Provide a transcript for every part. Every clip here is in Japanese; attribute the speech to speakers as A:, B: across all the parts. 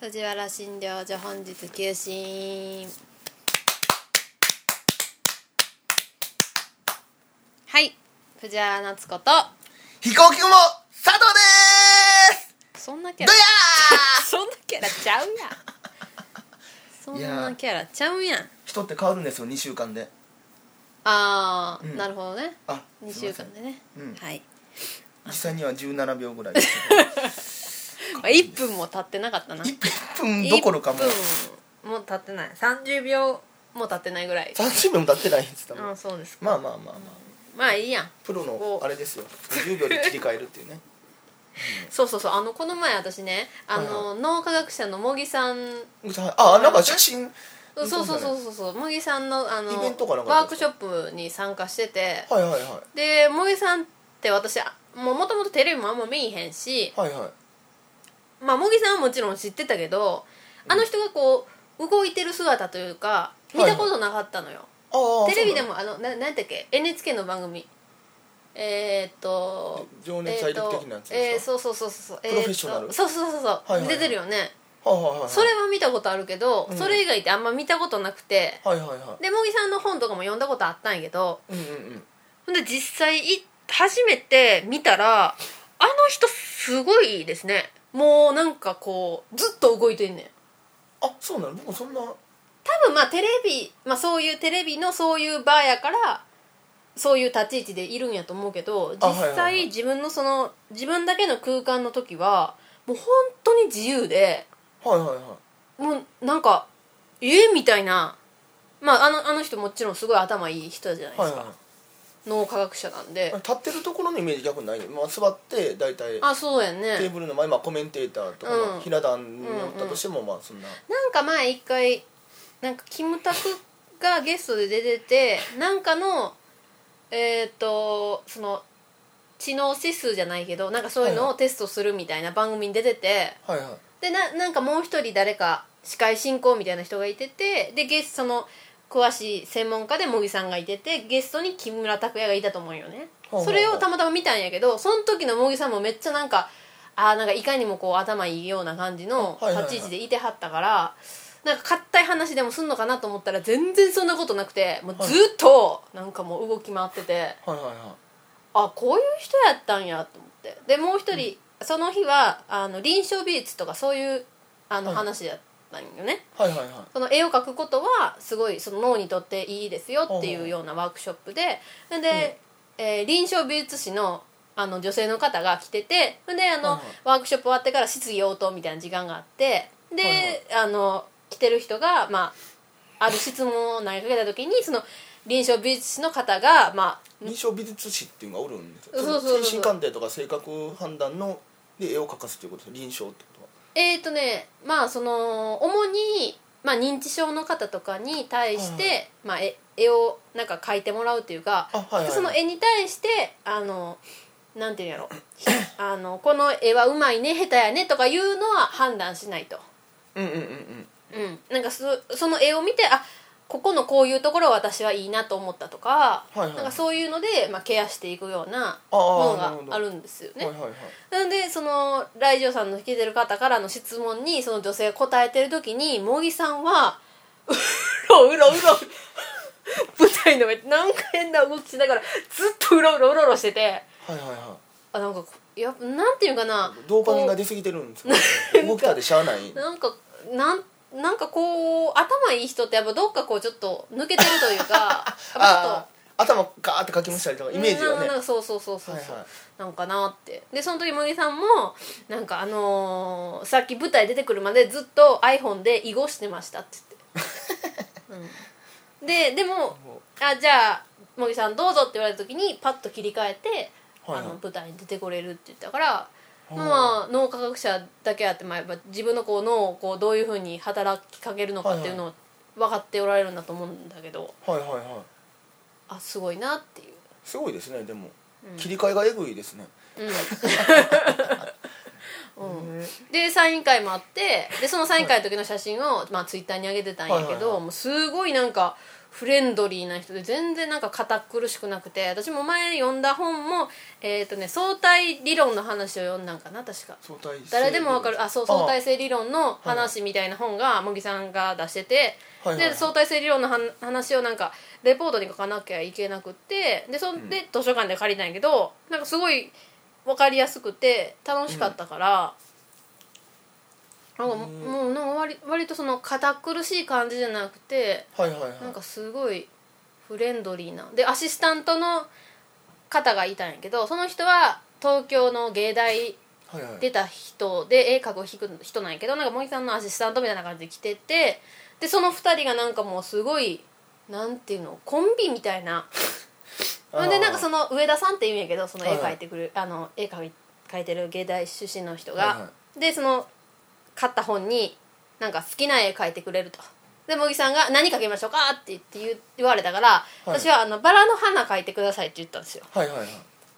A: 藤原診療所本日休診はい藤原夏子と
B: 飛行機雲佐藤です
A: そんなキ
B: ど
A: ャ
B: や
A: ラそんなキャラちゃうやん そん
B: いや
A: な
B: ー
A: キャラちゃうやん
B: ー人って変わるんですよ2週間で
A: ああ、
B: うん
A: なるほどね
B: あ
A: 2
B: すい
A: 週
B: ません
A: 間でね、
B: うん
A: はい
B: 実際には17秒ぐらいです けど
A: 1分も経ってなかったな
B: 1分どころかもう
A: 1分も経ってない30秒も経ってないぐらい
B: 30秒も経ってないんです多分
A: あそうですか
B: まあまあまあまあ
A: まあいいやん
B: プロのあれですよ10秒で切り替えるっ ていうね
A: そうそうそうあのこの前私ねあ
B: は
A: の脳科学者の茂木さん
B: あなんか写真
A: そうそうそうそううそうそう茂木さんのあの
B: イベントかなんか
A: ワークショップに参加してて
B: はいはいは
A: で茂木さんって私あもともとテレビもあんま見えへんし、
B: いはいはい
A: まあ、茂木さんはもちろん知ってたけどあの人がこう動いてる姿というか見たことなかったのよ、
B: ああ
A: テレビでもあのななんだっけ NHK の番組えー、っと
B: 情熱大陸的なや
A: えーっ
B: つですか
A: とえーそうそうそうそう
B: プロフェッショナル
A: えーっとそうそうそうそう、
B: いはいはい
A: 出てるよね
B: そうなんはいはいはい
A: それは見たことあるけど、
B: うん
A: それ以外ってあんま見たことなくて
B: はいはいは
A: で茂木さんの本とかも読んだことあったんやけど
B: いうんうんうん
A: ほんで実際い初めて見たらあの人すごいですねもうなんかこうずっと動いてんねん
B: あそうなの僕もそんな
A: 多分まあテレビ、まあ、そういうテレビのそういうバーやからそういう立ち位置でいるんやと思うけど
B: あ
A: 実
B: はいはいはい
A: 際自分のその自分だけの空間の時はもう本当に自由で
B: はいはいは
A: もうなんかえみたいなまああのあの人もちろんすごい頭いい人じゃない
B: い
A: で
B: はい
A: すか、
B: は
A: 脳科学者なんで
B: い立ってるところのイメージ逆にないねまあ座って大体
A: あそうや
B: テー
A: ね
B: ブルの前、まあ、コメンテーターとか、
A: うん
B: ひな壇におったとしても、まあそんな
A: なんか前一回なんかキムタクがゲストで出ててなんかのえっ、とその知能指数じゃないけどなんかそういうのをテストするみたいな番組に出てて
B: はいはい
A: でななんかもう一人誰か司会進行みたいな人がいててでゲストの詳しい専門家で茂木さんがいててゲストに木村拓哉がいたと思うよね
B: ほうほうほう
A: それをたまたま見たんやけどその時の茂木さんもめっちゃなんかあーなんかいかにもこう頭いいような感じの
B: あはいはいはい
A: 立ち位置でいてはったから、なんか硬い話でもすんのかなと思ったら全然そんなことなくてもうずっとなんかもう動き回ってて。
B: はいはいは
A: あこういう人やったんやと思ってでもう一人、その日はあの臨床美術とかそういうあの
B: はい
A: 話やったんよね、
B: いはいはいは
A: その絵を描くことはすごいその脳にとっていいですよっていうようなワークショップでで、えー臨床美術士のあの女性の方が来ててであの、
B: はいはい
A: ワークショップ終わってから質疑応答みたいな時間があってで、
B: はいはい
A: あの来てる人が、まあ、ある質問を投げかけた時にその臨床美術士の方が、まあ、
B: い臨床美術師っていうのがおるんですよ
A: そうそうそうそう
B: 精神鑑定とか性格判断ので絵を描かすということです臨床ってこ
A: えーとねまあその主に、まあ、認知症の方とかに対して、
B: はいは
A: まあ、絵絵をなんか描いてもらうっていうか、
B: とはあはいはいはい
A: その絵に対してあのなんていうんやろ あのこの絵はうまいね下手やねとかいうのは判断しないと、
B: うんうんうんうん
A: うん、なんかそその絵を見てあここのこういうところは私はいいなと思ったとか,、
B: はいはい
A: なんかそういうので、まあ、ケアしていくような
B: あー
A: も
B: なるほ
A: の
B: ど
A: があるんですよね。
B: はいはいはい
A: なんでその来場さんの聞いてる方からの質問にその女性が答えてる時に茂木さんはうろうろうろ舞台の上でなんか変な動きしながらずっとうろうろうろうろしてて
B: はいはいは
A: あなんかこいやなんていうかない
B: ドーパミンが出過ぎてるんです けど動きたでしゃあない
A: こうなんかなんなんかこう頭いい人ってやっぱどっかこうちょっと抜けてるというかやっぱ
B: ああー頭ガーって描きましたりとか
A: ちょっと
B: イメージが
A: うん
B: ね
A: なんかそうそうそうそうそう、
B: はいはい
A: なんかなってでその時森さんもなんかあのーさっき舞台出てくるまでずっと iPhone で囲碁してましたって 言って、うん、ででもあじゃあ茂木さんどうぞって言われた時にパッと切り替えて、
B: はいはい
A: あの舞台に出てこれるって言ったから、
B: ほう
A: まあ脳科学者だけあって、まあ、やっぱ自分のこう脳をこうどういうふうに働きかけるのかっていうのを分かっておられるんだと思うんだけど
B: はいはいはい
A: あすごいなっていう。
B: すごいですねでも、切り替えがえぐいですね
A: うん、でサイン会もあってでそのサイン会の時の写真を、まあ、ツイッターに上げてたんやけど、
B: はいはいはい
A: もうすごいなんかフレンドリーな人で全然なんか堅苦しくなくて私も前読んだ本も、えっとね、相対理論の話を読んだんかな確か
B: 相対性
A: 誰でもわかるあそう相対性理論の話みたいな本が茂木さんが出してて、
B: はいはいはい
A: で相対性理論のはん話をなんかレポートに書かなきゃいけなくってでそんで図書館で借りたんやけどなんかすごいわかりやすくて楽しかったから、なんか
B: うん
A: もうなんか割割とその堅苦しい感じじゃなくて
B: はいはいはい
A: なんかすごいフレンドリーなでアシスタントの方がいたんやけどその人は東京の芸大
B: はいはい
A: 出た人で絵描く引く人なんやけどなんか茂木さんのアシスタントみたいな感じで来ててでその2人がなんかもうすごいなんていうのコンビみたいな
B: あー
A: でなんかその上田さんって言うんやけどその絵描いてくる、あの絵描い描いてる芸大出身の人が、
B: はいは
A: でその買った本になんか好きな絵描いてくれると。で茂木さんが「何描きましょうか?」って言って言う言われたから、
B: はい
A: 私はあの「バラの花描いてください」って言ったんですよ。
B: はいはいはい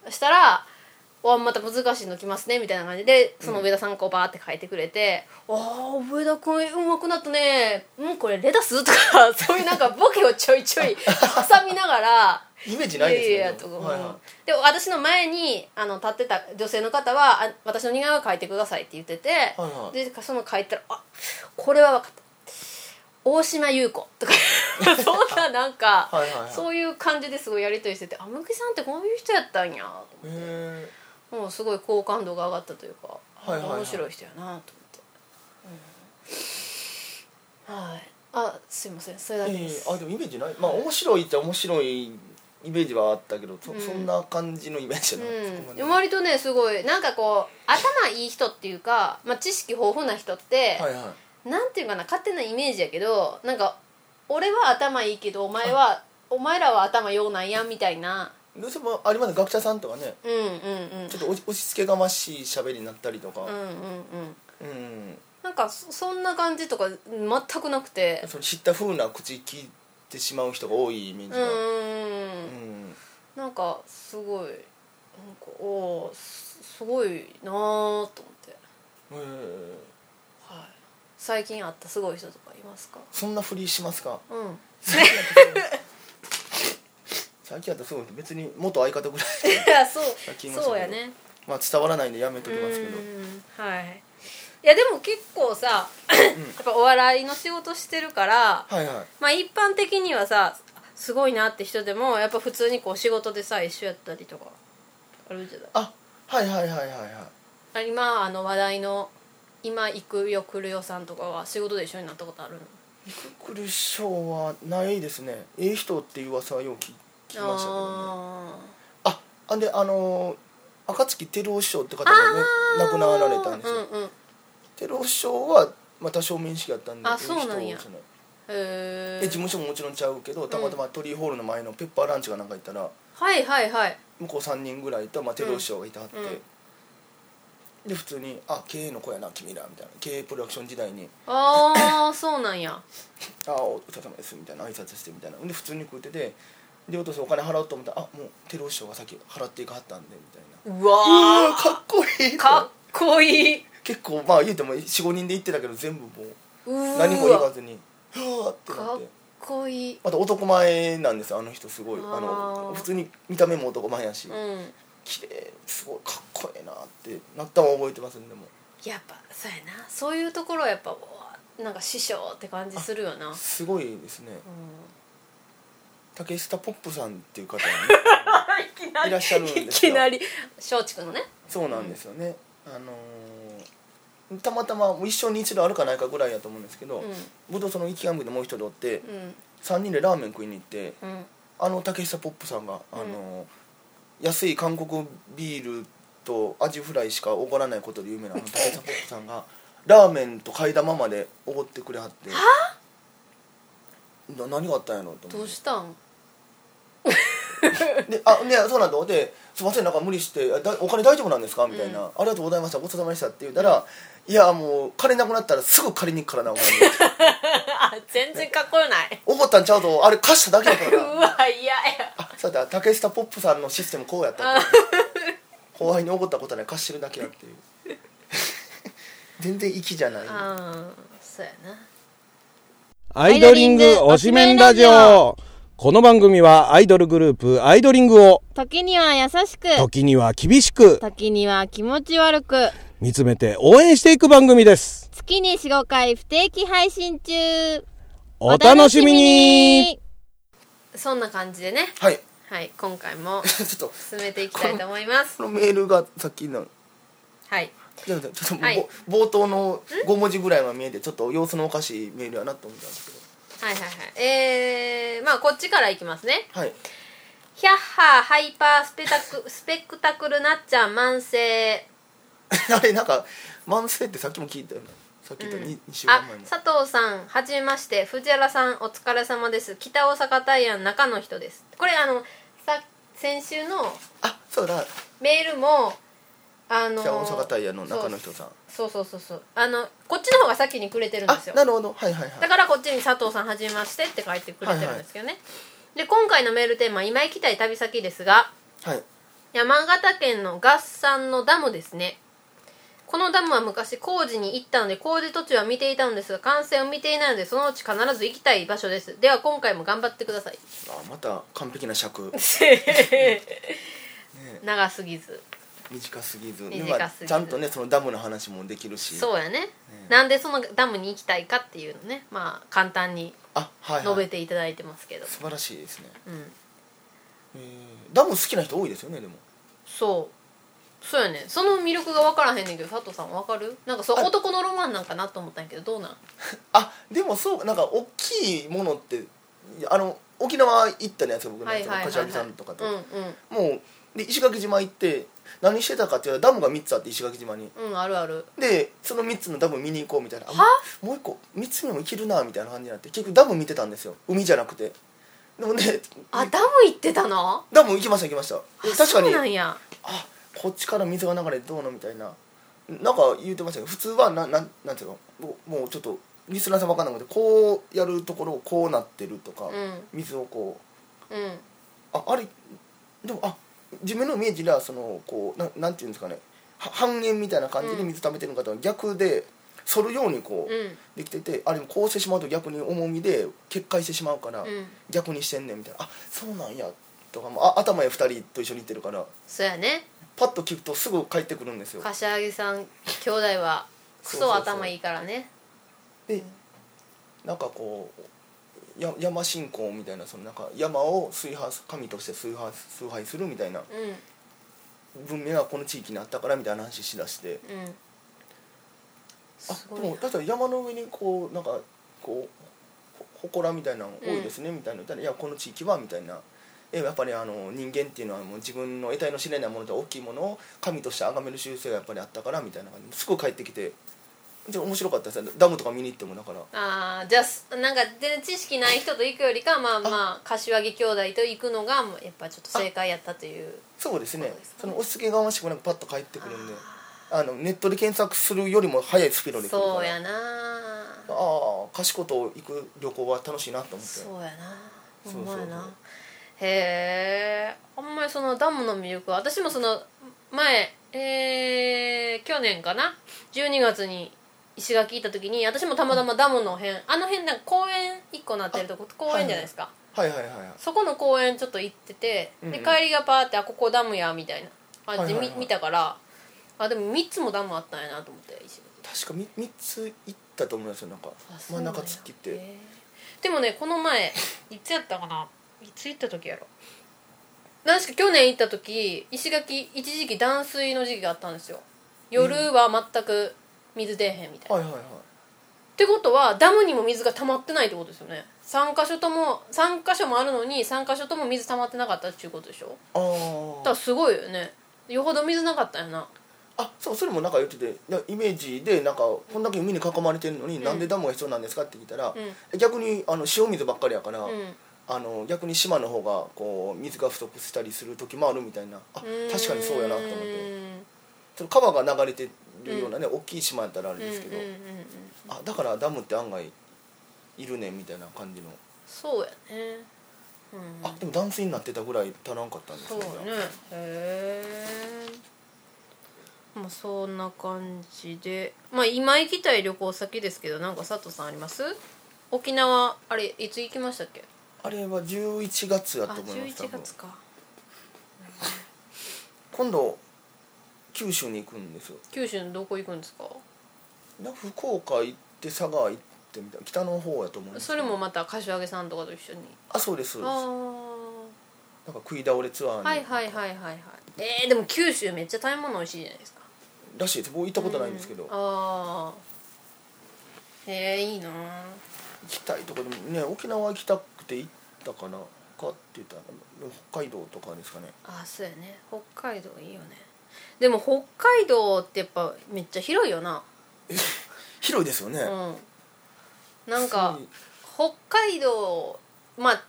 A: そしたら「わまた難しいの来ますね」みたいな感じでその上田さんがこうバーって書いてくれて「ああ上田君うまくなったねうんこれレタス?」とか そういうなんかボケをちょいちょい挟みながら「
B: イメージないです
A: い
B: ね
A: やいや」
B: で
A: と
B: も
A: か、
B: はいは
A: で私の前にあの立ってた女性の方はあ「私の似顔絵を描いてください」って言ってて、
B: はい
A: でその書いたら「あこれは分かった大島優子」とか そんななんか、
B: はいはいはい
A: そういう感じですごいやり取りしてて「あむきさんってこういう人やったんや」
B: いへえ
A: もうすごい好感度が上がったというか、
B: はいはいはい
A: 面白い人やなと思って、うんはいあすいませんそれだけ
B: え
A: です、
B: えあでもイメージないまあ面白いって面白いイメージはあったけどそ,、
A: うん
B: んな感じのイメージじゃない、そこま
A: うん、
B: で
A: でも割とねすごいなんかこう頭いい人っていうか、まあ、知識豊富な人って、
B: はいはい
A: なんていうかな勝手なイメージやけどなんか俺は頭いいけどお前はお前らは頭ようないやんみたいな
B: どうしてもあります学者さんとかね
A: うんうんうん
B: ちょっと押し押し付けがましい喋りになったりとか
A: うんうんうん
B: うん、
A: なんかそそんな感じとか全くなくて
B: その知ったふうな口聞いてしまう人が多いイメー
A: う
B: ジ
A: ん
B: が、うん
A: うんうんなんかすごいなんかおーすすごいなーと思って、
B: えー
A: はい、最近会ったすごい人とかいますか
B: そんなふりしますか
A: うん
B: 最近やったらすごい別に元相方ぐらい
A: いやそう
B: さっき言いました
A: そ
B: けど
A: うやね
B: まあ伝わらないんでやめときますけど
A: うんはいいやでも結構さやっぱお笑いの仕事してるから
B: はいはい
A: まあ一般的にはさすごいなって人でもやっぱ普通にこう仕事でさ一緒やったりとかあるじゃない
B: あはいはいはいはいはい
A: あ今あの話題の今行くよ来るよさんとかは仕事で一緒になったことあるの
B: クルショーはないですねええ人っていう噂はよく聞きましたけどね
A: あ
B: ああんであのー暁照夫師匠って方
A: あ
B: がね亡くなられたんですよ、
A: うんうんへ
B: 照夫師匠はまた正面識やったんで
A: あ
B: ええ人
A: そうなんや
B: ですね
A: え
B: え事務所ももちろんちゃうけどたまたまトリーホールの前のペッパーランチがなんか行ったら、
A: はいはいはい
B: 向こう3人ぐらいと、まあ、テロ師匠がいてはって、
A: うんうん
B: で普通に「あ経営の子やな君ら」みたいな経営プロダクション時代に
A: ああそうなんや
B: 「あお疲れ様です」みたいな挨拶してみたいなで普通に食うててでお父さんお金払おうと思ったら「あもうテロ師匠が先払っていかはったんで」みたいな
A: うわ
B: うわーかっこいい
A: ーかっこいい
B: 結構まあ言うても45人で行ってたけど全部もう
A: うーわ
B: 何も言わずに「うわ」ってな
A: か
B: っ
A: ってこいい
B: また男前なんですよあの人すごい
A: あ
B: あ
A: ー
B: の普通に見た目も男前やし、
A: うん
B: 綺麗すごいかっこええなってなったのを覚えてますねでも
A: やっぱそうやなそういうところはやっぱうわなんか師匠って感じするよな、うん、
B: すごいですね竹下ポップさんっていう方がね
A: いきない
B: らっしゃるんです
A: いき
B: よ
A: なり松竹のね
B: そうなんですよね、あのーたまたま一生に一度あるかないかぐらいやと思うんですけど、
A: うん
B: 僕とその生きがんでもう一人おって、
A: うん
B: 三3人でラーメン食いに行って
A: うん
B: あの竹下ポップさんが、あのー安い韓国ビールとアジフライしかおごらないことで有名なあの竹下ポップさんがラーメンと替え玉までおごってくれはってな何があったんやろうと思って
A: どうしたん
B: であでそうなんだで「すいませんなんか無理してあだお金大丈夫なんですか?」みたい
A: う
B: な、
A: ん
B: ありがとうございましたごちそうさまでした」って言ったら「いやもう金なくなったらすぐ借りに行くからなお前
A: あ 全然かっこよない
B: 怒ったんちゃうぞあれ貸しただけだか
A: う
B: ら な
A: わ嫌や
B: あそうだ竹下ポップさんのシステムこうやったって後輩に怒ったことない貸してるだけやっていう 全然粋じゃない
A: ああそうやな
C: アイドリング推しメンラジオこの番組はアイドルグループアイドリングを
D: 時には優しく
C: 時には厳しく
D: 時には気持ち悪く
C: 見つめて応援していく番組です
D: 月に45回不定期配信中
C: お楽しみに
A: そんな感じでね
B: はい ち
A: はい今回も
B: ょっと
A: 進めていきたいと思います
B: このメールがさっきの
A: はい
B: ちょっとちょっともう、
A: はい
B: ぼ冒頭の5文字ぐらいは見えてちょっと様子のおかしいメールやなと思ったんですけ
A: はいはいはいえー、まあこっちからいきますね
B: どはい
A: ヒャッハーハイパースペタクスペクタクルなっちゃん慢性
B: あれなんか慢性ってさっきも聞いたよねさっき言った
A: うん
B: 2,、二週間
A: あ
B: 前も
A: 佐藤さんはじめまして藤原さんお疲れ様です北大阪タイヤの中の人ですこれあのさ先週の
B: あそうだ
A: メールもあの
B: 北大阪タイヤの中の人さん
A: そうそうそうそうあのこっちの方が先にくれてるんです
B: あ
A: よ
B: なるほどはいはいは
A: だ
B: い
A: からこっちに佐藤さんはじめましてって書いてくれてるんですけどね、で今回のメールテーマ「今行きたい旅先」ですが
B: はい
A: 山形県の合算のダムですねこのダムは昔工事に行ったので工事途中は見ていたのですが完成を見ていないのでそのうち必ず行きたい場所ですでは今回も頑張ってください
B: あまた完璧な尺
A: 長すぎず
B: 短すぎず
A: 短すぎず
B: でまあちゃんとねそのダムの話もできるし
A: そうやねなんでそのダムに行きたいかっていうのねまあ簡単に
B: あはい、
A: 述
B: は
A: べ
B: い、
A: ていただいてますけど、
B: 素晴らしいですね、
A: うん
B: えーダム好きな人多いですよねでも
A: そうそうやねその魅力が分からへんねんけど佐藤さん分かるなんかそう
B: あ
A: 男のロマンなんかなと思ったんやけどどうなん
B: あでもそうなんか大きいものってあの沖縄行ったじゃないですか僕の
A: はい
B: やつ
A: はいはい、はい、
B: 柏木さんとかと、
A: うん
B: もうで石垣島行って何してたかって言ったらダムが3つあって石垣島に
A: うんうんあるある
B: でその3つのダム見に行こうみたいなあ
A: は
B: もう1個3つにも行けるなみたいな感じになって結局ダム見てたんですよ海じゃなくてでもね
A: あダム行ってたの
B: ダム行きました行きました
A: あ
B: 確か
A: そうな
B: に
A: んや
B: あこっちから水が流れてどうのみたいななんか言ってましたけど普通はななんなんていうのもうもうちょっとリスナーさん分かんないのでこうやるところをこうなってるとか、
A: うん
B: 水をこう
A: うん
B: ああれでもあ自分のイメージではそのこうななんていうんですかねは半円みたいな感じで
A: うん
B: 水溜めてるのかとは逆で反るようにこう、
A: うん
B: できててあれもこうしてしまうと逆に重みで決壊してしまうから、
A: うん
B: 逆にしてんねんみたいなあそうなんやとかもあ頭へ2人と一緒に行ってるから
A: そうやね
B: パッと聞くとすぐ帰ってくるんですよ
A: 柏木さん兄弟はク
B: そうそう
A: ソ
B: そう
A: 頭いいからね
B: でなんかこうや山信仰みたいなそのなんか山を崇拝す神として崇拝崇拝するみたいな文明がこの地域にあったからみたいな話しだして。
A: うんうん
B: あ
A: すごい
B: でも確かに山の上にこうなんかこうほほこらみたいなの多いですね、みたいな言ったら「いやこの地域は」みたいなえやっぱりあの人間っていうのはもう自分の得体の知れないもので大きいものを神として崇める習性がやっぱりあったからみたいな感じですぐ帰ってきてで面白かったですねダムとか見に行ってもだから
A: あーじゃあすなんか全然知識ない人と行くよりかまあまあ柏木兄弟と行くのがもうやっぱちょっと正解やったという
B: そうですね
A: そうですね
B: その押し付けがましくなんかパッと帰ってくるんであのネットで検索するよりも早いスピードで来るから
A: そうや
B: あ
A: なあ
B: あ賢と行く旅行は楽しいなと思って
A: そうやな
B: そう
A: ほ
B: そ
A: ん
B: うそう
A: まやなへえあんまりそのダムの魅力は私もその前えー、去年かな12月に石垣行った時に私もたまたまダムの辺あの辺なんか公園1個なってるとこ公園じゃないですか、
B: はいはいはいはい
A: そこの公園ちょっと行ってて、
B: うんうん
A: で帰りがパーって「あここダムや」みたいな感じで
B: は
A: み
B: いはいはい
A: 見たからあでも3つもダムあったんやなと思って石垣
B: 確かみ3つ行ったと思いますよなんか
A: あそ
B: 真
A: うんなんや
B: 中突っ切っ
A: へ
B: て
A: えでもねこの前 いつやったかないつ行った時やろ何しか去年行った時石垣一時期断水の時期があったんですよ夜は全く水出えへんみたいな、っ
B: はいはいはい
A: てことはダムにも水が溜まってないってことですよね3箇所とも3箇所もあるのに3箇所とも水溜まってなかったっていうことでしょだか
B: あ
A: らすごいよねよほど水なかったんやな
B: ああそうそれもなんか言っててなイメージでなんかこんだけ海に囲まれてるのに、なんでダムが必要なんですかって聞いたら、
A: う
B: 逆にあの塩水ばっかりやから、
A: うん
B: あの逆に島の方がこう水が不足したりする時もあるみたいなあ確かにそうやなと思っ
A: う
B: て
A: ん
B: その川が流れてるようなね、大きい島やったらあれですけど、
A: うんうんうんうん
B: あだからダムって案外いるねみたいな感じの、
A: そうやねうん
B: あでも断水になってたぐらい足らんかったんです
A: そう
B: ね
A: ねへえまあそんな感じでまあ今行きたい旅行先ですけどなんか佐藤さんあります沖縄あれいつ行きましたっけ
B: あれは11月や
A: あ
B: と思います多
A: 11
B: 分
A: 月か
B: 今度九州に行くんですよ
A: 九州のどこ行くんですか
B: な福岡行って佐賀行ってみたいな北の方やと思うんです
A: そ
B: け
A: れ
B: ど
A: もまた柏木さんとかと一緒に
B: あそうですそうですなんか
A: あ
B: 食い倒れツアー
A: あ
B: に、
A: はいはいはいはいはいえー、でも九州めっちゃ食べ物美味しいじゃないですから
B: しいです僕行ったことないんですけど、行
A: ああえー、いいなあ
B: きたいとこでもね沖縄行きたくて行ったかなかって言ったら北海道とかですかね
A: あそうやね北海道いいよねでも北海道ってやっぱめっちゃ広いよな
B: 広いですよね、
A: うんなんか
B: すごい
A: 北海道まあ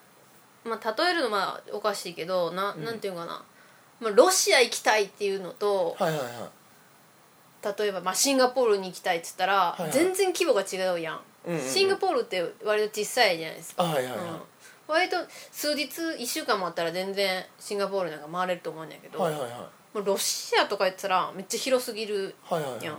A: まあ例えるのはおかしいけどななんていうかな、まあ、ロシア行きたいっていうのと
B: はいはいは
A: 例えば、まあ、シンガポールに行きたいって言ったら、
B: いはい
A: 全然規模が違うやん,、
B: うんうんうん
A: シンガポールって割と小さいじゃないですか、
B: あはいはいはい、
A: うん割と数日1週間もあったら全然シンガポールなんか回れると思うんやけど、
B: はいはいはい
A: もうロシアとか言ってたらめっちゃ広すぎる
B: はいはいはい
A: やん、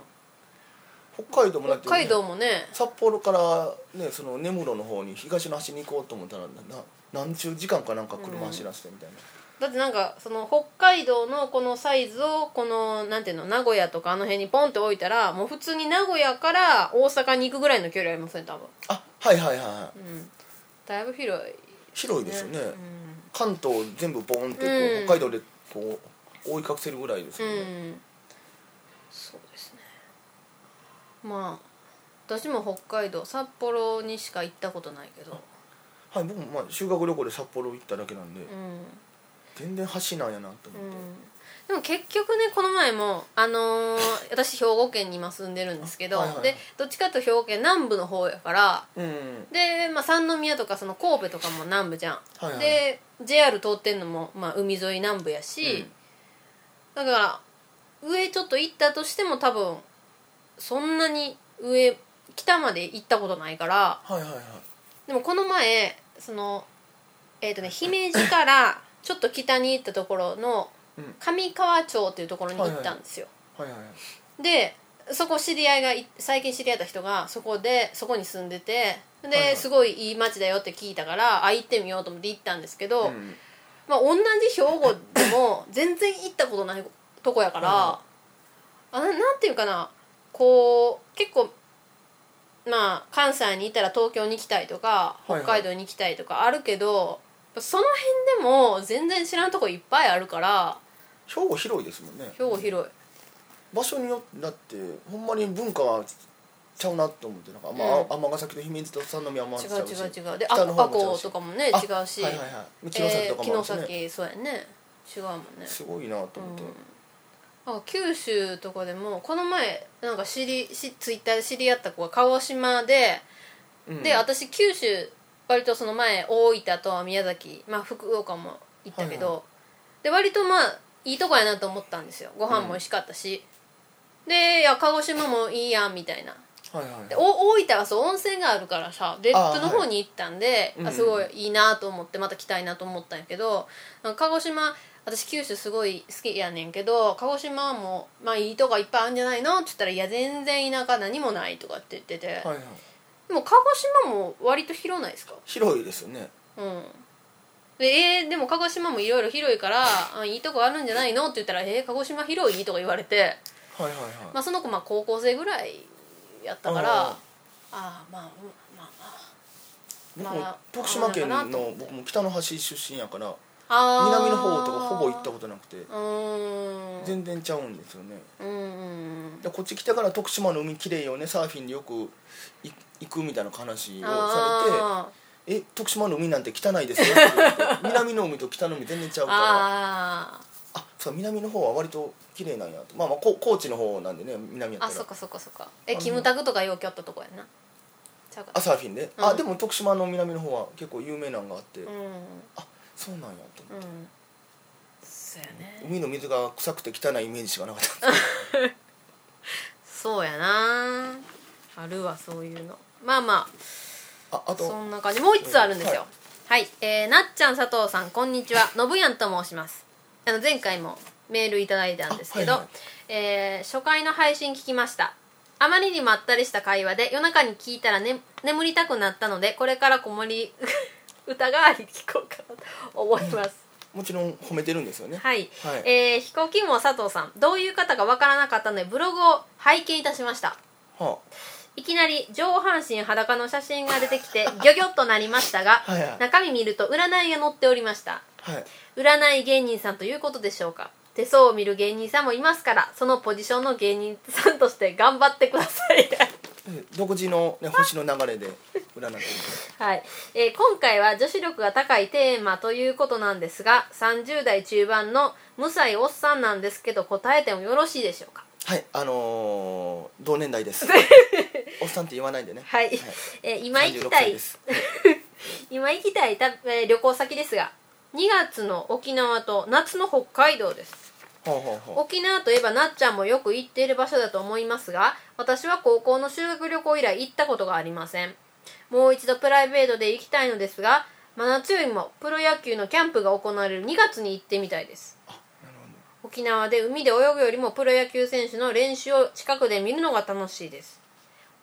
B: 北海道もだって、
A: 北海道もね
B: 札幌からねその根室の方に東の端に行こうと思ったらなな何十時間かなんか車走らせてみたいな、
A: だってなんかその北海道のこのサイズをこのなんていうの名古屋とかあの辺にポンって置いたらもう普通に名古屋から大阪に行くぐらいの距離ありますね多分
B: あはいはいはいはい
A: うんだいぶ広い
B: 広いですよね、関東全部ボーンってこう、
A: うん
B: 北海道でこう覆い隠せるぐらいです
A: う
B: よ
A: ん、
B: ね、
A: うん、そうですねまあ私も北海道札幌にしか行ったことないけど
B: はい僕もまあ修学旅行で札幌行っただけなんで、
A: うん
B: 全然橋なんやなと思
A: う
B: っ
A: ん
B: て、
A: でも結局ねこの前も、あのー私兵庫県に今住んでるんですけど、
B: はいはいはい
A: でどっちかというと兵庫県南部の方やから
B: うん、
A: で、まあ、三宮とかその神戸とかも南部じゃん、
B: はいはい
A: で JR 通ってんのも、まあ、海沿い南部やし、だから上ちょっと行ったとしても多分そんなに上北まで行ったことないから
B: はいはいはい
A: でもこの前そのえっ、とね姫路 からちょっと北に行ったところの
B: うん
A: 上川町っていうところに行ったんですよ、
B: はいはいはい
A: でそこ知り合いがい最近知り合った人がそこでそこに住んでてで、
B: はいはい
A: すごいいい町だよって聞いたからあ行ってみようと思って行ったんですけど、
B: うん
A: まあ、同じ兵庫でも全然行ったことないとこやから、
B: は
A: あななんていうかなこう結構まあ関西にいたら東京に行きたいとか
B: いは
A: 北
B: い
A: 海道に行きたいとかあるけど、その辺でも全然知らんとこいっぱいあるから
B: 兵庫広いですもんね
A: 兵庫広い
B: 場所によってだってほんまに文化はちゃうなと思ってなんか尼、
A: うん
B: ま尼崎と姫路と三宮もあっ
A: 違
B: ち
A: う
B: ゃうし
A: 違う違うであ
B: 北の方
A: 阿
B: もちゃう
A: こ
B: し
A: とかもね違
B: あ
A: うし
B: はいはいはい城崎
A: え
B: と
A: ー
B: かもあ
A: 城
B: るしね、
A: 崎そうやね違うもんね
B: すごいなと思って、
A: なんか九州とかでもこの前なんか知りしツイッターで知り合った子が鹿児島で、
B: うん
A: で私九州割とその前大分と宮崎、まあ、福岡も行ったけど、
B: はい
A: で割とまあいいとこやなと思ったんですよご飯も美味しかったし、でいや鹿児島もいいやんみたいな
B: はいはい
A: でお大分はそう温泉があるからさ別府の方に行ったんで
B: あ
A: あ、
B: はいうん
A: すごいいいなと思ってまた来たいなと思ったんやけどなんか鹿児島私九州すごい好きやねんけど鹿児島もまあいいとこいっぱいあるんじゃないのって言ったら「いや全然田舎何もない」とかって言ってて、
B: はいはい
A: でも鹿児島も割と広ないですか
B: 広いですよね
A: うんでえーでも鹿児島もいろいろ広いからあいいとこあるんじゃないのって言ったら「えー、鹿児島広い?」とか言われて
B: はいはいはい、
A: まあ、その子まあ高校生ぐらいやったから
B: あ
A: ああまあうんまあまあ
B: 僕
A: ま
B: も
A: あ
B: 徳島県
A: あれかなと思
B: の
A: って
B: 僕も北の端出身やから
A: あー
B: 南の方とかほぼ行ったことなくて
A: うーん
B: 全然ちゃうんですよね
A: うんうん
B: でこっち来てから徳島の海きれいよねサーフィンでよくい行くみたいな話をさ
A: あ
B: れて「え徳島の海なんて汚いですよ」って言 って南の海と北の海全然ちゃ
A: ー
B: うから
A: あ
B: あそう南の方は割と綺麗なんやとまあまあこ高知の方なんでね南やっ
A: ーあ
B: た
A: そっ
B: ら
A: かそっかそっかえキムタクとかようきょったとこやなちゃうか
B: あ
A: な
B: サーフィンで、
A: うん
B: あでも徳島の南の方は結構有名なんがあって、
A: うん
B: あそうなんやと
A: う
B: 思って、
A: んそうやね
B: 海の水が臭くて汚いイメージしかな かった
A: そうやなあるわそういうのまあまあ
B: ああ
A: そ
B: と
A: んな感じもう一つあるんですよはい、えーなっちゃん佐藤さんこんにちはのぶやんと申しますあの前回もメールいただいたんですけど、
B: あはいはい
A: えー初回の配信聞きましたあまりにまったりした会話で夜中に聞いたら、ね、眠りたくなったのでこれからこもり 歌が聞こうかなと思います
B: もちろん褒めてるんですよね
A: はい、
B: はい
A: えー飛行機も佐藤さんどういう方かわからなかったのでブログを拝見いたしました
B: はい
A: きなり上半身裸の写真が出てきて ギョギョッとなりましたが
B: はいはい
A: 中身見ると占いが載っておりました
B: あはい
A: 占い芸人さんということでしょうか手相を見る芸人さんもいますからそのポジションの芸人さんとして頑張ってください
B: え独自の、ね、星の流れで占ってる
A: はい、えー今回は女子力が高いテーマということなんですが30代中盤の無才おっさんなんですけど答えてもよろしいでしょうか
B: はいあのー、同年 代ですおっさんって言わないんでね
A: はい、えー今行きた
B: 36歳
A: い
B: です
A: 今行きたいた、えー旅行先ですが2月の沖縄と夏の北海道です
B: ほうほうほ
A: 沖縄といえばなっちゃんもよく行っている場所だと思いますが私は高校の修学旅行以来行ったことがありませんもう一度プライベートで行きたいのですが真夏よりもプロ野球のキャンプが行われる2月に行ってみたいです沖縄で海で泳ぐよりもプロ野球選手の練習を近くで見るのが楽しいです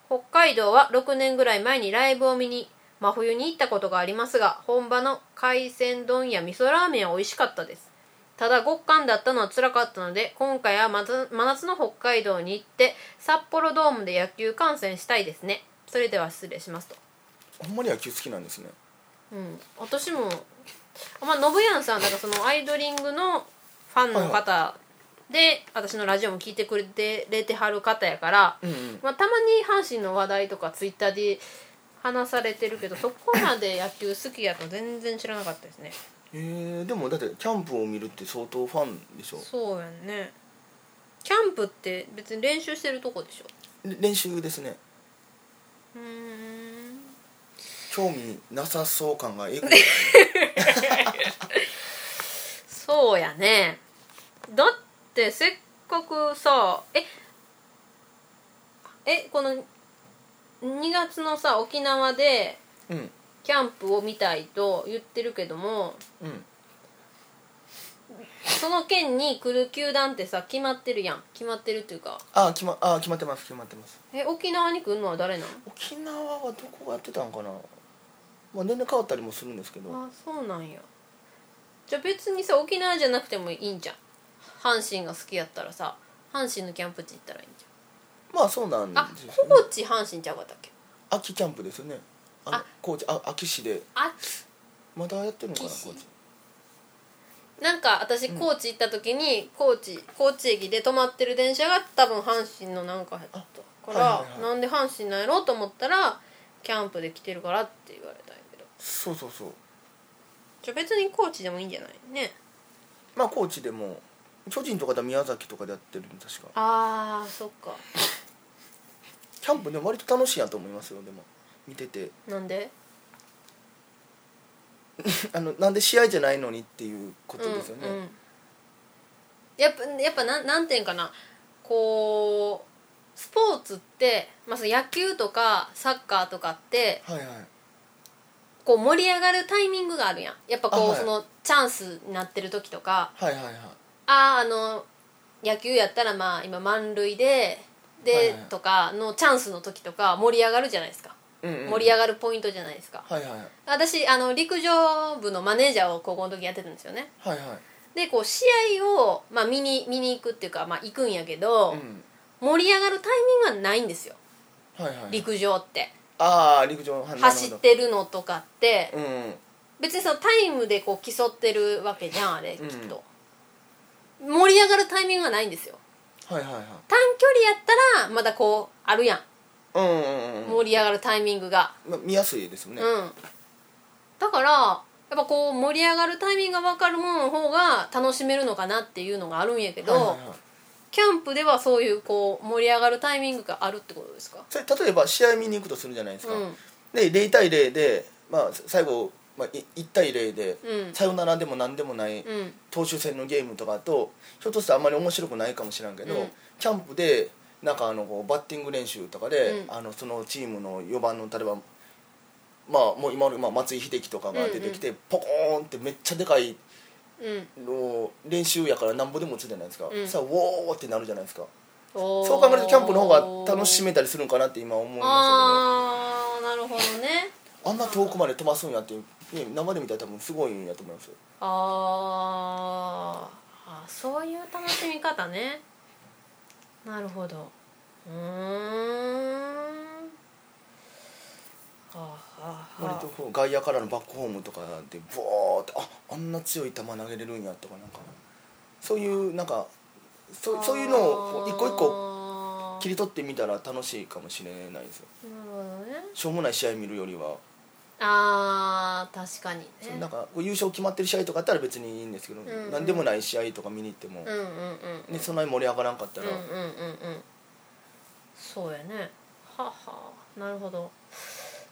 A: 北海道は6年ぐらい前にライブを見に真冬に行ったことがありますが本場の海鮮丼や味噌ラーメンは美味しかったですただ極寒だったのは辛かったので今回はまず真夏の北海道に行って札幌ドームで野球観戦したいですねそれでは失礼しますと
B: うほんまに野球好きなんですね
A: うん私もあまあ信やんさんなんかそのアイドリングのファンの方で私のラジオも聞いてくれてれてはる方やから、
B: うんうん
A: まあ、たまに阪神の話題とかツイッターで話されてるけどそこまで野球好きやと全然知らなかったですね
B: えー、でもだってキャンプを見るって相当ファンでしょ
A: そうやんねキャンプって別に練習してるとこでしょ
B: れ練習ですね
A: うーん
B: 興味なさそう感 がえぐい
A: そうやねだってせっかくさええこの2月のさ沖縄で
B: うん
A: キャンプを見たいと言ってるけども
B: うん
A: その県に来る球団ってさ決まってるやん決まってるっていうか
B: あー決まあー決まってます決まってます
A: え沖縄に来るのは誰な
B: 沖縄はどこがやってたんかなまあ年齢変わったりもするんですけど
A: のあそうなんやじゃあ別にさ沖縄じゃなくてもいいんじゃん阪神が好きやったらさ阪神のキャンプ地行ったらいいんじ
B: まあそうなん
A: ゃんあ
B: ですよね
A: 高知阪神ちゃうかったっけ
B: 秋キャンプですよねあの
A: あ
B: 高知あ秋市で
A: あ
B: まだやってるのかな
A: 秋市
B: 高知
A: なんか私高知行った時に高知高知駅で止まってる電車が多分阪神のなんかやったから、
B: はいはいはい
A: なんで阪神なんやろうと思ったらキャンプで来てるからって言われたんやけど
B: そうそうそう
A: じゃあ別に高知でもいいんじゃないね
B: まあ高知でも巨人とかだ宮崎とかでやってるんで確か
A: あーそっか
B: キャンプでも割と楽しいやと思いますよでも見てて
A: なんで
B: あのなんで試合じゃないのにっていうことですよね、
A: うんうん、やっぱやっぱなんなんていうんかなこうスポーツって、まあ、その野球とかサッカーとかって
B: はいはい
A: こう盛り上がるタイミングがあるやんやっぱこう、
B: あはい
A: そのチャンスになってる時とか
B: はいはいはい
A: あーあの野球やったらまあ今満塁でで、
B: はいはい
A: とかのチャンスの時とか盛り上がるじゃないですか、
B: うんうん、
A: 盛り上がるポイントじゃないですか
B: はいはいはい
A: 私あの陸上部のマネージャーを高校の時やってたんですよね
B: はい
A: でこう試合を、まあ、見に見に行くっていうか、まあ、行くんやけど、
B: はいうん
A: 盛り上がるタイミングがないんですよ
B: はいはい
A: 陸上って
B: ああ陸上の反応
A: 走ってるのとかって、
B: うんうん
A: 別にそのタイムでこう競ってるわけじゃんあれき
B: う
A: っ
B: ん
A: と、盛り上がるタイミングがないんですよ
B: はいはいはい
A: 短距離やったらまだこうあるやん
B: うんうんうんうん
A: 盛り上がるタイミングが、
B: まあ見やすいですよね、
A: うんだからやっぱこう盛り上がるタイミングが分かるものの方が楽しめるのかなっていうのがあるんやけど、
B: はいはいはい
A: キャンプではそういうこう盛り上がるタイミングがあるってことですか
B: それ例えば試合見に行くとするじゃないです
A: う
B: か、
A: ん
B: で0対0で、まあ、最後、まあ、い1対0で、
A: うん
B: さよならでも何でもな
A: う
B: い
A: ん
B: 投手戦のゲームとかとひょっとしたらあんまり面白くないかもしれんけど、
A: うん
B: キャンプでなんかあのこうバッティング練習とかで、
A: うん
B: あのそのチームの4番の例えば、まあ、もう今の、まあ、松井秀喜とかが出てきて、ポコーンってめっちゃでかい
A: うん
B: のを練習やからなんぼでも打つじゃないですか、
A: うん
B: さあウォーってなるじゃないですか
A: そ
B: そう考えるとキャンプの方が楽しめたりするんかなって今思いましたけど。
A: ああなるほどね
B: あんな遠くまで飛ばすんやって、ね、生で見たら多分すごいんやと思いますよ
A: あーあそういう楽しみ方ねなるほどうーんはあはあは
B: 割とこう外野からのバックホームとかでボーってああんな強い球投げれるんやとかなんかそういうなんかそ
A: あ
B: そういうのをこう一個一個
A: 個
B: 切り取ってみたら楽しいかもしれないですよ
A: なるほどね
B: しょうもない試合見るよりは、
A: あー確かに
B: そのなん
A: ね
B: かこう優勝決まってる試合とかあったら別にいいんですけど、
A: んうん
B: 何でもない試合とか見に行っても、
A: うんうんうんうん
B: ね、そんなに盛り上がらんかったら、
A: うんうんうんうんそうやねはあはあなるほど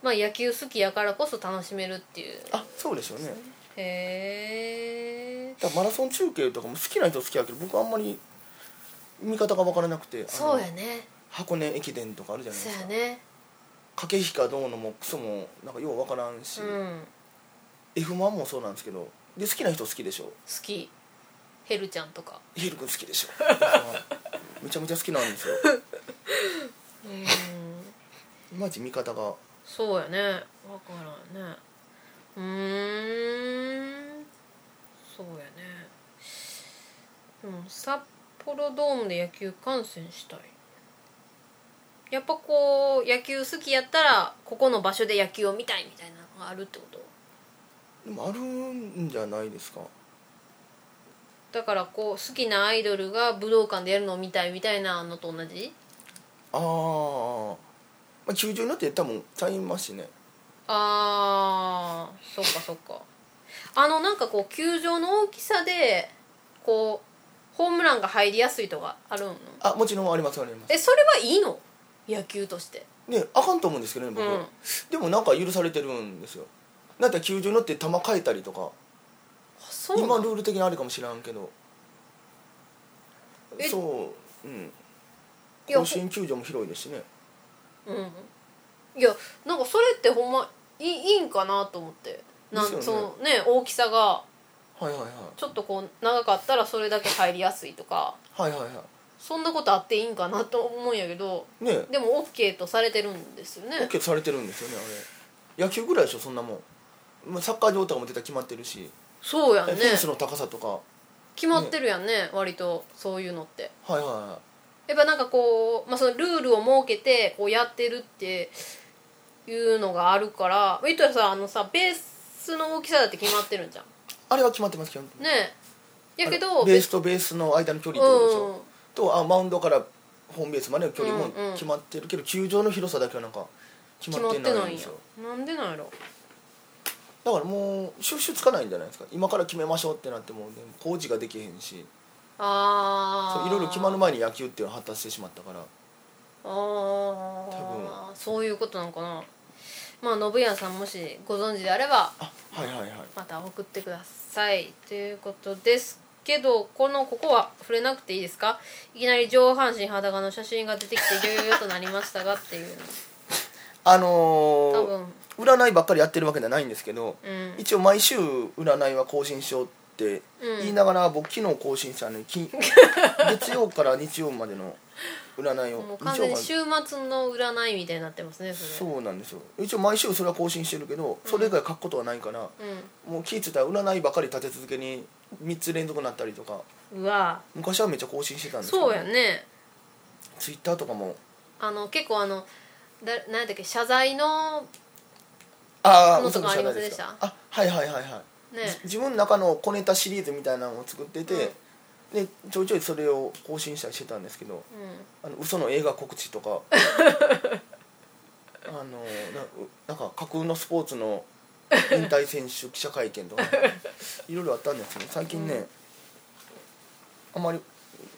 A: まあ野球好きやからこそ楽しめるっていう
B: あそうでしょうね
A: へえ
B: だからマラソン中継とかも好きな人は好きやけど僕あんまり見方が分からなくてあの
A: そうやね
B: 箱根駅伝とかあるじゃない
A: そ
B: で
A: う
B: す
A: や
B: か、
A: ね
B: 駆け引きかどうのもクソもなんかよう分からんし、
A: うん
B: F1 もそうなんですけどで好きな人好きでしょ
A: 好きヘルちゃんとか
B: ヒル君好きで しょめちゃめちゃ好きなんですよ
A: うん
B: マジ味方が
A: そうやね分からんねうーんそうやねうん札幌ドームで野球観戦したいやっぱこう野球好きやったらここの場所で野球を見たいみたいなのがあるってこと
B: でもあるんじゃないですか
A: だからこう好きなアイドルが武道館でやるのを見たいみたいなのと同じ
B: あー、まあ球場によって多分ちゃいますしね
A: あーそっかそっかあのなんかこう球場の大きさでこうホームランが入りやすいとかあるの
B: あもちろんありますあります
A: えそれはいいの野球として
B: ねあかんと思うんですけどね僕、
A: うん
B: でもなんか許されてるんですよだって球場によって球変えたりとか
A: あそうな
B: 今
A: の
B: ルール的にあるかもしらんけど
A: え
B: そううん
A: いや
B: 甲子園球場も広いですしね
A: うんいやなんかそれってほんまいいいいんかなと思ってなん
B: ですよね
A: そのね大きさが
B: はいはいはい
A: ちょっとこう長かったらそれだけ入りやすいとか
B: はいはいは
A: そんなことあっていいんかなと思うんやけど
B: いね
A: でも OK とされてるんですよね
B: え OK されてるんですよねあれ野球ぐらいでしょそんなもんまあサッカー場とかも出たら決まってるし、
A: そうやん
B: フ
A: ね
B: ェンスの高さとかは
A: 決まってるやんね割とそういうのって
B: いはいは
A: やっぱなんかこう、まあ、そのルールを設けてこうやってるっていうのがあるから言ったらさあのさベースの大きさだって決まってるんじゃん
B: いあれは決まってますけどね
A: ねえやけど
B: あれベー
A: 別
B: スとベースの間の距離ってことでしょ、
A: うん
B: とあマウンドからホームベースまでの距離
A: う
B: も
A: んうん
B: 決まってるけど、球場の広さだけはなんか決
A: 決
B: ま
A: ま
B: っ
A: ってて
B: な
A: ないい
B: ん
A: ん
B: です
A: や
B: よ
A: なんでなんやろ
B: だからもう収集つかないんじゃないですか今から決めましょうってなっても、ね、工事ができへんし
A: あ
B: そ
A: あ
B: ういろいろ決まる前に野球っていうのは発達してしまったから
A: ああ
B: 多
A: そういうことなのかなまあ信也さんもしご存知であれば
B: あはいはいはい
A: また送ってくださいということですけどこのここは触れなくていいですかいきなり上半身裸の写真が出てきていよいよとなりましたがっていう
B: あ
A: 多
B: の
A: 分
B: ー、占いばっかりやってるわけじゃないんですけど、
A: うん
B: 一応毎週占いは更新しようって言いながら、僕昨日更新したの に金月曜から日曜までの占いを
A: もう完全に
B: 日
A: 週
B: 曜
A: 末の占いみたいになってますねそれ
B: そうなんですよ一応毎週それは更新してるけどそれ以外書くことはないから、もう気ぃついたら占いばかり立て続けに3つ連続になったりとか
A: うんうわ
B: 昔はめっちゃ更新してたんですけど
A: そうやね
B: ツイッターとかも
A: あの結構あのだ何だっけ謝罪の
B: ああ
A: もっと変わりませんで
B: で
A: し
B: す
A: た
B: かあはいはいはいはい、
A: ね
B: じ自分の中の小ネタシリーズみたいなのを作ってて、でちょいちょいそれを更新したりしてたんですけど
A: う
B: あの嘘の映画告知 とかあのなうなんか架空のスポーツの引退選手記者会見 とかいろいろあったんですけど最近ね、あまり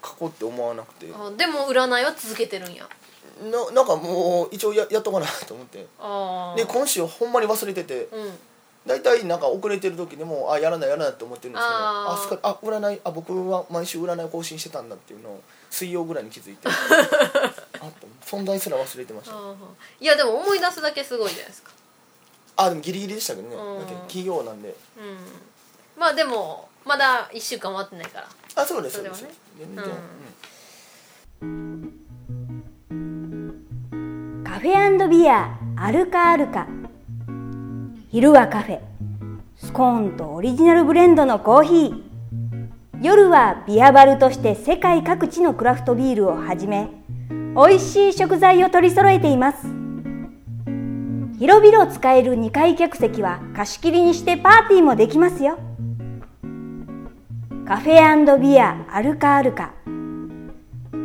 B: 書こうって思わなくてなん
A: あでも占いは続けてるんや
B: なんかもう一応ややっとかなと思って
A: ああ
B: で今週ほんまに忘れてて
A: うん
B: 大体なんか遅れてる時でもあやらないやらないって思ってるんですけど
A: あ
B: あ
A: ー
B: すっかりあ占いあ僕は毎週占い更新してたんだっていうのを水曜ぐらいに気づ いてあ存在すら忘れてました
A: あーいやでも思い出すだけすごいじゃないですか
B: あでもギリギリでしたけどね
A: うん
B: だって企業なんで
A: うんまあでもまだ1週間終わってないから
B: あそうです
A: そ
B: そう
A: れ
B: で
A: は
B: す、
A: ね
B: 全然、
A: うん
E: カフェビアアルカアルカ昼はカフェスコーンとオリジナルブレンドのコーヒー夜はビアバルとして世界各地のクラフトビールをはじめ美味しい食材を取り揃えています広々使える2階客席は貸し切りにしてパーティーもできますよカフェビアアルカアルカ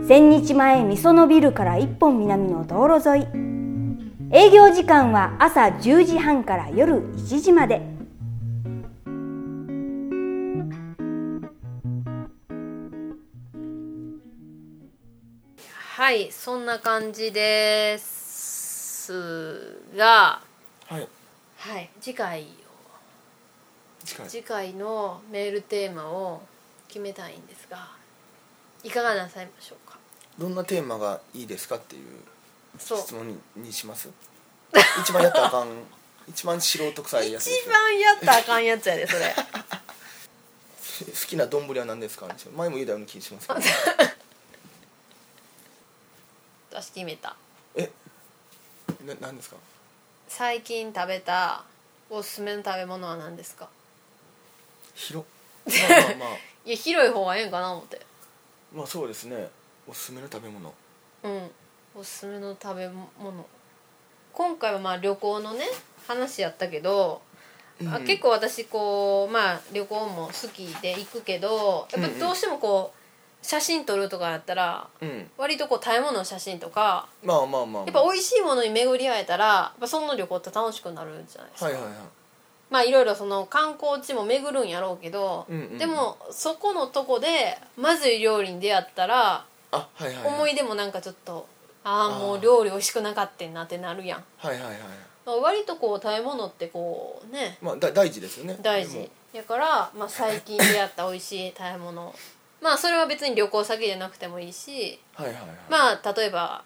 E: 千日前みそのビルから一本南の道路沿い営業時間は朝10時半から夜1時まで
A: はいそんな感じですが
B: はい
A: はい次回
B: 近い
A: 次回のメールテーマを決めたいんですがいかがなさいましょうか
B: どんなテーマがいいですかっていう
A: そう
B: 質問ににします一番やったらあかん 一番素人臭いやつ
A: 一
B: ですよ
A: 番やったらあかんやつやでそれ
B: 好きな丼は何ですか前も言うたような気がしますけど
A: 私決めた
B: えな何ですか
A: 最近食べたおすすめの食べ物は何ですか
B: 広まあまあまあ
A: いや広い方がええんかな思って
B: まあそうですねおすすめの食べ物
A: うんおすすめの食べ物今回はまあ旅行のね話やったけど、あ結構私こうまあ旅行も好きで行くけどやっぱりどうしてもこう写真撮るとかやったら
B: うん
A: 割とこう食べ物の写真とか
B: まあまあまあ、まあ、
A: やっぱ美味しいものに巡り合えたらやっぱその旅行って楽しくなるんじゃないですか、
B: はいはいはい
A: まあいろいろその観光地も巡るんやろうけど、
B: うんうん
A: でもそこのとこでまずい料理に出会ったら
B: あはいはいはい
A: 思い出もなんかちょっとああ
B: あー
A: もう料理美味しくなかったなってなるやん、
B: はいはいはい
A: まあ、割とこう食べ物ってこうね
B: まあだ大事ですよね
A: 大
B: でも
A: 事やから、まあ、最近出会った美味しい食べ物 まあそれは別に旅行先じゃなくてもいいし
B: はいはいはい、
A: まあ例えば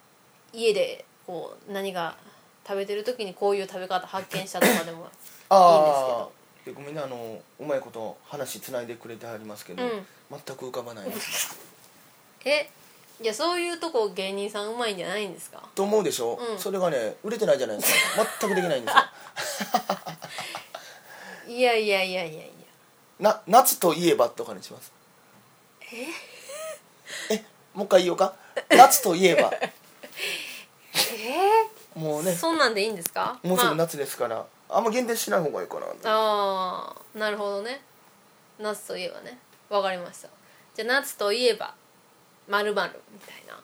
A: 家でこう何が食べてる時にこういう食べ方発見したとかで も
B: ああでごめんねあのうまいこと話つないでくれてはりますけど、
A: うん
B: 全く浮か ばない
A: えいやそういうとこ芸人さんうまいんじゃないんですか
B: と思うでしょ、
A: うん
B: それがね売れてないじゃないです か全くできないんですよ
A: いやいやいやいやいや
B: な夏といえばとかにしますえもう一回言おうか夏といえ ばもうね
A: そんなんでいいんですか
B: もうすぐ
A: まあ
B: 夏ですから、あんま限定しない方がいいかな
A: あーなるほどね夏といえばねわかりましたじゃあ夏といえばまるみたいな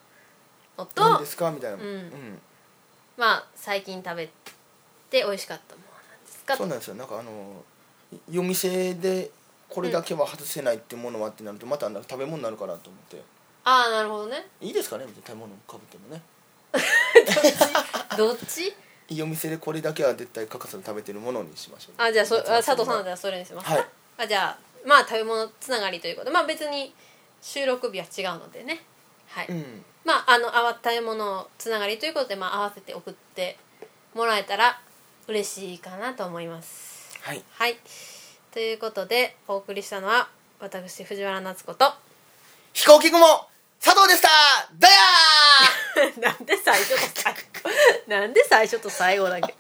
A: の
B: 何
A: と
B: ですかみたいな、
A: んまあ最近食べて美味しかったものなんですか
B: そうなんですよなんかあの夜店でこれだけは外せないってものはってなるとまたなんか食べ物になるかなと思って
A: ああなるほどね
B: いいですかねみたいな食べ物かぶってもね
A: どっち
B: いいお店でこれだけは絶対欠かさず食べてるものにしましょう
A: あじゃあそあ佐藤さんだっ
B: だ
A: たらそれにしますか、
B: はい
A: あじゃあまあ食べ物つながりということでまあ別に収録日は違うのでねはい、
B: うん
A: まああのあわ食べ物つながりということで、まあ、合わせて送ってもらえたら嬉しいかなと思います
B: はい
A: はいということでお送りしたのは私藤原夏子と
B: 飛行機雲佐藤でしただや ー
A: なんで最初と最後なんで最初と最後だけ